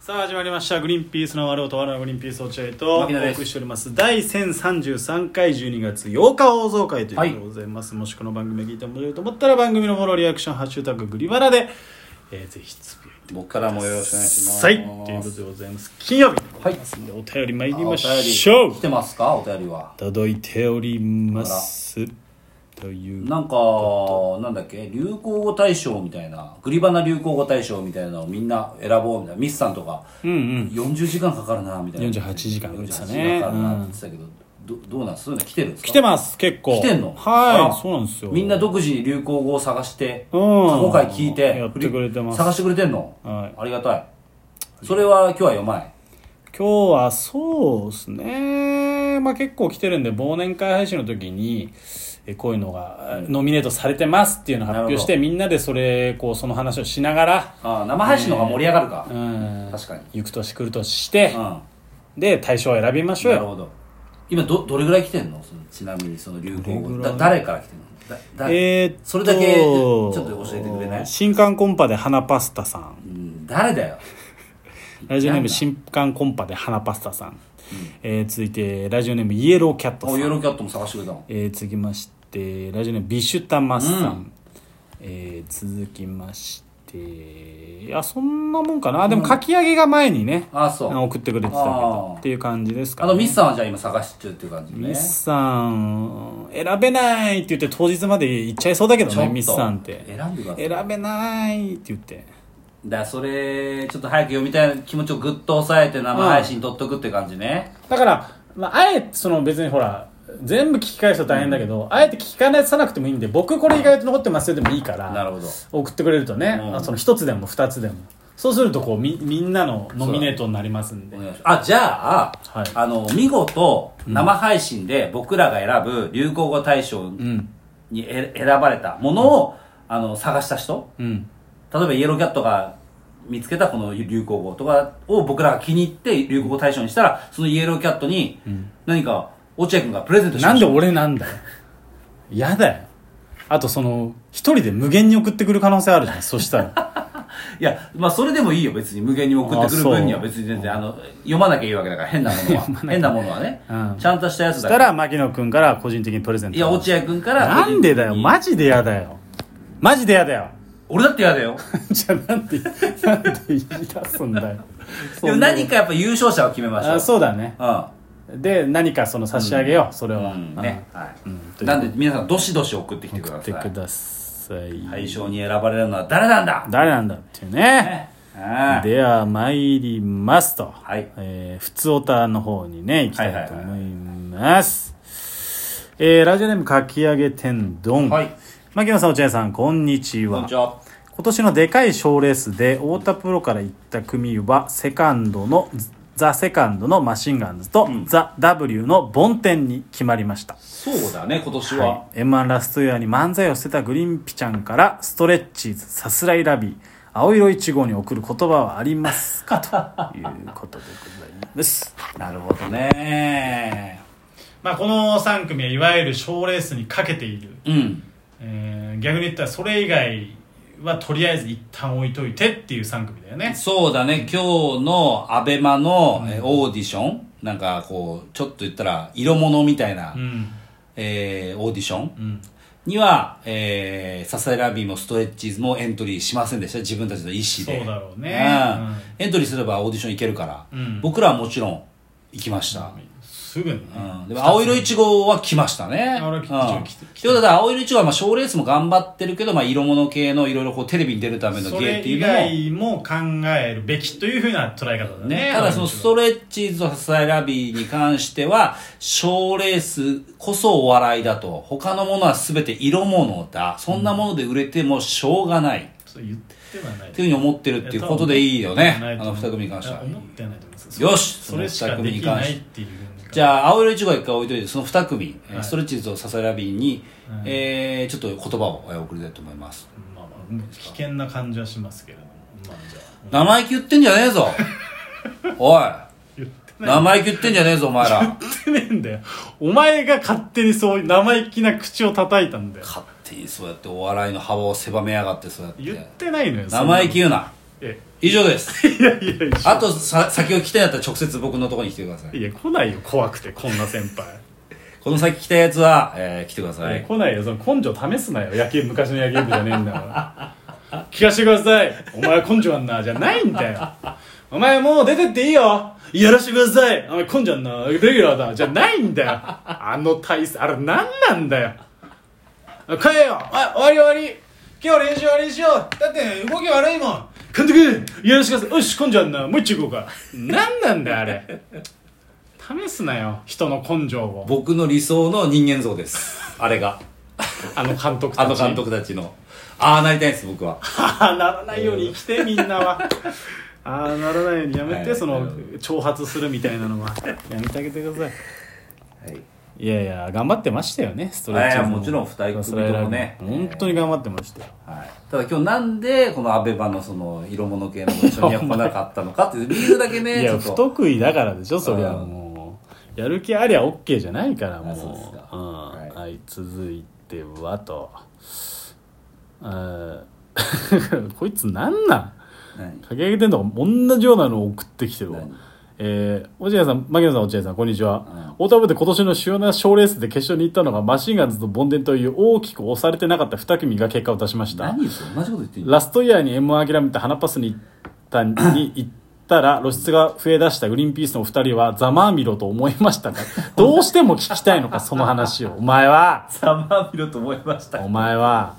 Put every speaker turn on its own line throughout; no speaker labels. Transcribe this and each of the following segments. さあ始まりました「グリーンピースの丸尾と我のグリーンピース落合」とお
牧野です
送りしております第1033回12月8日放送回ということでございます、もしこの番組が聞いて面白いと思ったら番組のフォローリアクション「ハッシュタググリバラで」えーぜひつぶやいて
僕からもよろしくお願いします。
はいということでございます金曜日でございますんで、お便り参りましょ
お
う
便り来てますかお便りは。
届いておりますという
なんか、なんだっけ流行語大賞みたいな、グリバナ流行語大賞みたいなのをみんな選ぼうみたいな、ミスさんとか、
うんうん
40時間かかるな、みたいな。
48時間でしたね
48時間かかるなって言ってたけど、どどうなんそういうの来てるんですか
来てます結構
来てんのあら
はいそうなんですよ
みんな独自に流行語を探して、
うん
今回聞いて、
やってくれてます
探してくれてんの、
はい
ありがたい。それは今日は読まない。
今日はそうですね、まあ、結構来てるんで忘年会配信の時にえこういうのがノミネートされてますっていうのを発表して
な
みんなでそれこうその話をしながら、
あー生配信の方が盛り上がるか。
うん、
確かに。
行く年来る年して
う、ん。
で対象を選びましょう
なる
よ
ほど今どどれぐらい来てんのそのちなみにその流行
どれ
語
ぐらい
だ誰から来てんのだだ
えーっと
それだけちょっと教えてくれない、
新刊コンパで花パスタさん
うん、誰だよ
ラジオネー
なん
ム
だ
新刊コンパで花パスタさん、えー続いてラジオネームイエローキャット
あ
さ
イエ
ん
ローキャットも探してくれたの
えー、続きましてラジオネームビシュタマスさん、
う
えー続きましていやそんなもんかなあでもかき揚げが前にね、
あそう
送ってくれてたけ
あ
ど
ー
っていう感じですか、
あ
ね、
のミスさんはじゃあ今探し中っていう感じね
ミスさん選べないって言って当日まで行っちゃいそうだけど
ちょっ
ね
と
ミスさんって
選んでください
選べないって言って
だからそれちょっと早く読みたい気持ちをぐっと抑えて生配信撮っとくって感じね、
だから、まあ、あえてその別にほら全部聞き返すと大変だけど、あえて聞かないさなくてもいいんで僕これ意外と残ってますよでもいいから
なるほど
送ってくれるとね、
うん
あその一つでも二つでもそうするとこうみみんなのノミネートになりますんで
お願いしますあじゃあ、
はい
あの見事生配信で僕らが選ぶ流行語大
う
賞
ん
にえ選ばれたものを、あの探した人
うん
例えばイエローキャットが見つけたこの流行語とかを僕らが気に入って流行語大賞にしたらそのイエローキャットに何か落合君がプレゼントし
な
ま
ん
し
で
た
俺なんだよやだよあとその一人で無限に送ってくる可能性あるじゃんそした ら
いや、まあ、それでもいいよ別に無限に送ってく
あ
る
そう
分には別に全然あの読まなきゃいいわけだから変な ものは変なものはね、
うん
ちゃんとしたやつ
そ
だ
した
から
ら牧野君から個人的にプレゼント
いや落合君から
なんでだよマジでやだよマジでやだよ
俺だって嫌だよ
じゃあなんで、なんで言い出すんだよ。
でも何かやっぱ優勝者を決めましょう
あそうだね。
うん
で、何かその差し上げよう、それは。
うんね、は
とい
い。
う
なんで皆さんどしどし送ってきてく
うん。
だ
送
さ
って
い
く。ださい。
対象に選ばれるのは誰なんだ。
誰なんだっていうね。
ねはい
では、参りますと。
はい
えー、普通オタの方にね、行きたいと
はいは
思います。えー、ラジオネームかき揚げ天丼。
はい。
牧野さん、落合さん、こんにち
こん
は
にち。は。
今年のでかい賞レースで太田プロから行った組はセカンドのザ・セカンドのマシンガンズと、
ん
ザ・ W の梵天に決まりました、
そうだね、今年は。
はい、m 1ラストイヤーに漫才を捨てたグリンピちゃんからストレッチーズさすらいラビー青色1号に送る言葉はありますかということでござい ます
なるほどね。
まあこの3組はいわゆる賞レースにかけている、
うん。
逆に言ったらそれ以外はとりあえず一旦置いといてっていう3組だよね
そうだね、今日のアベマのえーオーディション、なんかこう、ちょっと言ったら、色物みたいな、
うん
えーオーディション
うん
には、えー、ササイラビーもストレッチーズもエントリーしませんでした。自分たちの意思で。
そうだろうね
ん
うん
エントリーすればオーディション行けるから、
うん
僕らはもちろん行きました。
すぐにね、
うんでも青色1号は来ましたね。
青色一号
うん
来て来て
ということで、青色1号はまあ賞レースも頑張ってるけど、まあ、色物系のいろいろこうテレビに出るための
そ
芸
れ
ってい
以
うのも。
外も考えるべきというふうな捉え方だね
ね、ただそのストレッチーズとササイラビーに関しては、賞レースこそお笑いだと。他のものは全て色物だ。そんなもので売れてもしょうがない。
そう言ってはない
っていうふうに思ってるっていうことでいいよね。あの二組に関しては。
思ってはないと思います
よし
それしかできないっていう
じ
あ
ゃあ、青色1号は一回置いといて、その2組、
はい
ストレッチーズとササラビーに、
はい
えーちょっと言葉をえー送りたいと思います。
まあまあ危険な感じはしますけれどもまあじゃあ
生意気言ってんじゃねえぞおい
言ってない
生意気言ってんじゃねえぞ、お前ら。
言ってねえんだよお前が勝手にそういう生意気な口を叩いたんだよ
勝手にそうやってお笑いの幅を狭めやがって、そうやっ。
言っててないのよそんなの
生意気言うな。
え
以上です
いやいやいや
あとさ先を聞きたいんだったら直接僕のところに来てください
いや来ないよ怖くてこんな先輩
この先来たいやつは、えー来てください、
来ないよその根性試すなよ野球昔の野球部じゃねえんだから聞かせてくださいお前は根性あんなじゃないんだよお前もう出てっていいよやらしてくださいお前根性あんなレギュラーだじゃないんだよあの体勢あれ何なんだよ帰れよあ終わり終わり今日練習終わりにしようだって動き悪いもん監督やらしてくださいよし根性あんなもう一丁行こうか何なんだよあれ試すなよ人の根性を
僕の理想の人間像ですあれが
あの監督た
あ
ち
の監督たちのああなりたいんです僕は
ああならないように生きてみんなは ああならないようにやめて、
はい
その挑発するみたいなのはやめてあげてくださいいやいや頑張ってましたよねストレッチーズ
いやいやもちろん二人組ともね
本当に頑張ってましたよ
はい、ただ今日なんでこのアベバのその色物系の一緒には来なかったのかっていう理由だけね
い
ち
や
ょっ
不
と
得意だからでしょそりゃもうやる気ありゃ OK じゃないからも
あ
う
そうですか
ん
はい
はい、続いてはとあー こいつなんなん
何
かき揚げ天とか同じようなのを送ってきてるわ
何。
えー、落合さん、牧野さん、落合さん、こんにち
うん
は。大田部で今年の主要な賞レースで決勝に行ったのが、マシンガンズとボンデンという大きく押されてなかった2組が結果を出しました。
何ですよ同じこと言っていいの
ラストイヤーに M1 諦めて花パスに行ったに行ったら露出が増えだしたグリーンピースのお二人はざまあみろと思いま したかどうしても聞きたいのかその話をお前は
サマー見ろと思いました
お前は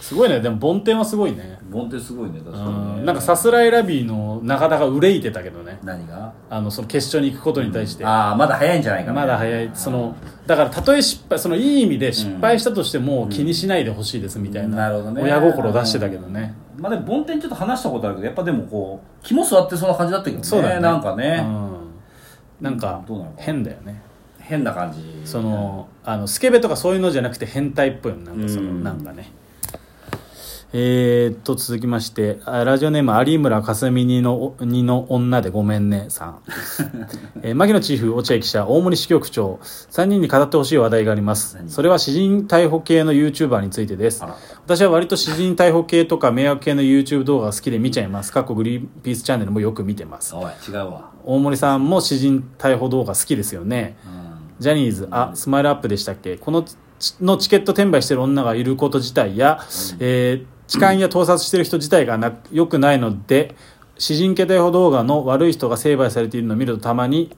すごいねでも梵天はすごいね
ボンテすごいね確か
う
にね
んなんかさすらいラビーの中田が憂いてたけどね
何が
あのその決勝に行くことに対して、
ああまだ早いんじゃないかな
まだ早いそのだからたとえ失敗そのいい意味で失敗したとしても気にしないでほしいですみたい
な
な,、
るほどね
親心出してたけどね、
まあでも梵天ちょっと話したことあるけどやっぱでもこう肝座ってそうな感じだったけどね
そうだよね
なんかね、
うん、なんか
どうなのかな
変だよね
変な感じ
そのあのスケベとかそういうのじゃなくて変態っぽいのなんかその、
うん
なんかねえー、っと続きましてあラジオネーム有村架純にのにの女でごめんね さん、えー、牧野チーフ落合記者大森支局長3人に語ってほしい話題があります
何
それは詩人逮捕系の YouTuber についてです
あら
私は割と詩人逮捕系とか迷惑系の YouTube 動画が好きで見ちゃいますかっこグリーンピースチャンネルもよく見てます
おい違うわ、
大森さんも詩人逮捕動画好きですよね
うん、
ジャニーズ、あ、スマイルアップでしたっけこのちのチケット転売してる女がいること自体や、えー痴漢や盗撮してる人自体がな良くないので、詩人系逮捕動画の悪い人が成敗されているのを見るとたまに、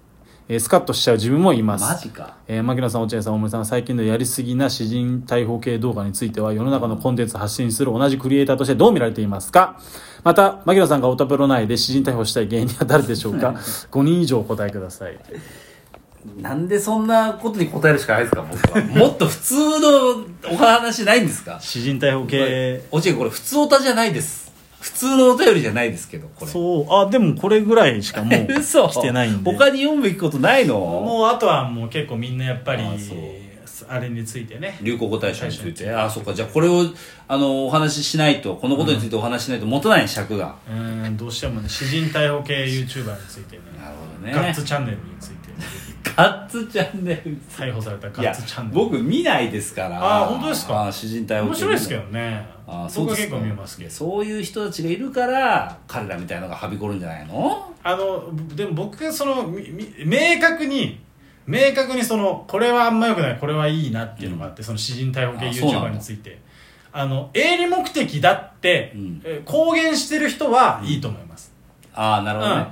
えースカッとしちゃう自分もいま
マ
す。
ジか
えー、牧野さん、落合さん、大森さん、最近のやりすぎな詩人逮捕系動画については、世の中のコンテンツを発信する同じクリエイターとしてどう見られていますかまた、牧野さんがオタプロ内で詩人逮捕したい芸人は誰でしょうか ?5 人以上お答えください。
なんでそんなことに答えるしかないですか僕 はもっと普通のお話ないんですか
詩人逮捕系
落合これ普通オタじゃないです普通のお便りじゃないですけどこれ
そうあでもこれぐらいしかもう
嘘
来てないんで
他に読むべきことないの
もうあとはもう結構みんなやっぱり
あ
あ
そう
れについてね
流行語大賞についてあそっかじゃあこれをあのお話ししないとこのことについてお話ししないと持たない尺が、
うーんどうしてもね詩人逮捕系 YouTuber についてね
なるほどね
ガッツチャンネルについて
ガッツチャンネル
逮捕されたガッ
いや
ツチャンネル
僕見ないですから
あ本当ですか
あ詩人体
面白いですけどね
あそう
僕
で
は
す
結
か
構見ますけど
そういう人たちがいるから彼らみたいなのがはびこるんじゃないの
あのでも僕がそのみみ明確に明確にそのこれはあんま良くないこれはいいなっていうのがあって、その詩人逮捕系
あそうなんだ
YouTuber についてあの営利目的だって、
うん
えー公言してる人はいいと思います、
ああなるほどね、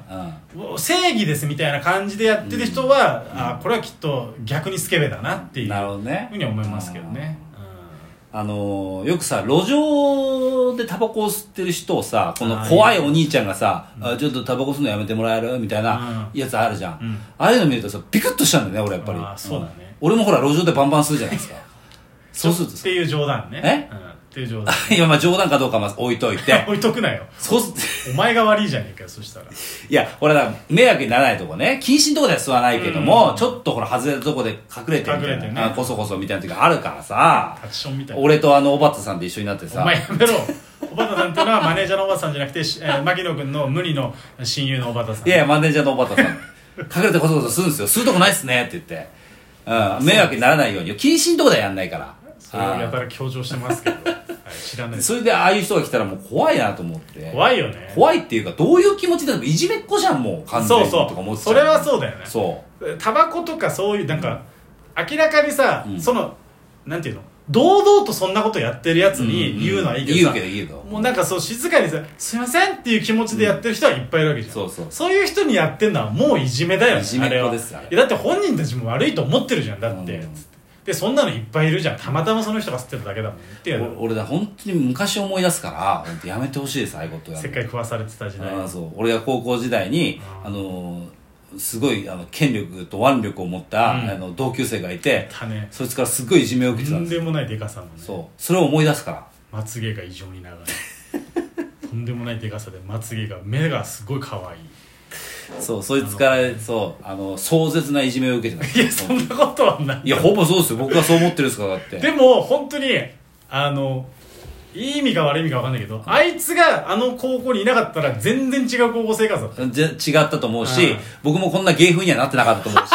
うん
正義ですみたいな感じでやってる人は、あこれはきっと逆にスケベだなっていう
なる
ふ
ほどね
うには思いますけどね、
あのーよくさ路上でタバコを吸ってる人をさこの
あー
怖いお兄ちゃんがさ「あちょっとタバコ吸うのやめてもらえる?」みたいなやつあるじゃん、
うん
ああいうの見るとさビクッとしたんだよね俺やっぱり
あーそうだね
ん俺もほら路上でバンバン吸うじゃな いですかそうすると
っ
さ
ていう冗談ね
え
うん、っていう冗談
いやまあ冗談かどうかはまず置いといて
置いとくなよ
そうすると
お前が悪いじゃねえかよそしたら
いや、ほらだから、迷惑にならないとこね、謹慎のとこでは吸わないけども、ちょっとほら、外れたとこで隠れてみた
隠れ
い
て
な、
ね
あこそこそみたいな時があるからさ、
タッチションみたいな
俺とあの、おばたさんで一緒になってさ、
お前やめろおばたさんっていうのはマネージャーのおばたさんじゃなくて、しえー、牧野君の無理の親友のおばたさん
いやいや、マネージャーのおばたさん、隠れてこそこそ吸うんですよ、吸うとこないっすねって言って、うん、迷惑にならないように、謹慎のとこではやんないから。
それをや
あ
たら強調してますけどはい、知らないです
それでああいう人が来たらもう怖いなと思って
怖いよね
怖いっていうかどういう気持ちでもいじめっ子じゃんもう完全
そう
にと
そ
か思っ
う
て
それはそうだよね
そ
タバコとかそういうなんか、明らかにさ、そのなんていうの堂々とそんなことやってるやつ
う
に言うのはいいけ
言
どさ
うけど言うけど
もうなんかそう静かにさ「すいません」っていう気持ちでやってる人はいっぱいいるわけじゃん、
そうそう
そういう人にやってんのはもういじめだよね
いじめっ子
あれは
ですあれ
いやだって本人たちも悪いと思ってるじゃんだって、
うん
つってでそんなのいっぱいいるじゃんたまたまその人が吸ってるだけだもんっていう
お俺だ本当に昔思い出すから本当やめてほしいですああいうことや
せっかく食わされてた時代
ああそう俺が高校時代に
あー
あのーすごいあの権力と腕力を持った、
うん
あの同級生がいて
たね
そいつからすっごいいじめを受けて
と
たん
ん
です
で
よ
もないでかさもね
そうそれを思い出すから
まつげが異常に 長いとんでもないでかさでまつげが目がすごい可愛い
そうそいつからそうあの壮絶ないじめを受けてたんです
い
よ
やそんなことはない
いやほぼそうですよ僕はそう思ってるんですからだって
でも本当にあのいい意味か悪い意味か分かんないけどあいつがあの高校にいなかったら全然違う高校生活だった
ぜ違ったと思うし、
うん
僕もこんな芸風にはなってなかったと思 うし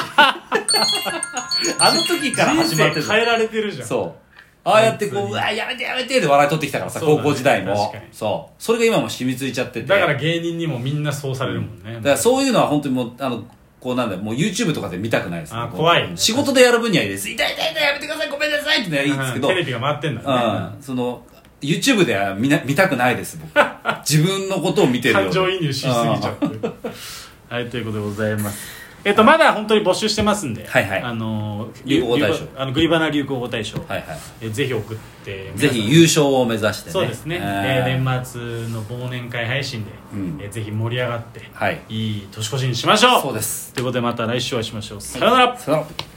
あの時から
人
始まっ
生
て
変えられてるじゃん
そうああやってこ
本当に
う「うわやめてやめて」で笑い取ってきたからさ、
そうだ
高
ね
校時代も
確かに
そうそれが今も染みついちゃってて
だから
だか
芸人にもみんなそうされるもんね、
らそういうのは本当にもうあのこうなんだよもう YouTube とかで見たくないです
あー
こう
怖いね
仕事でやる分にはいいです痛い痛い痛いやめてくださいごめんなさいってのはいいんですけど、
うんテレビが回ってんだね、
うん、その YouTube では見な見たくないで す僕自分のことを見てるよ
感情移入しすぎちゃってるはいということでございますえっとまだ本当に募集してますんで、
はいはい
あの
流行語大賞
流あのグリバナ流行語大賞、
はいはい
えぜひ送って
ぜひ優勝を目指してね
そうですね、え
ん
ー年末の忘年会配信で、
うん
えーぜひ盛り上がって、
はい
いい年越しにしましょう
そうです
ということでまた来週お会いしましょうさようなら
さよなら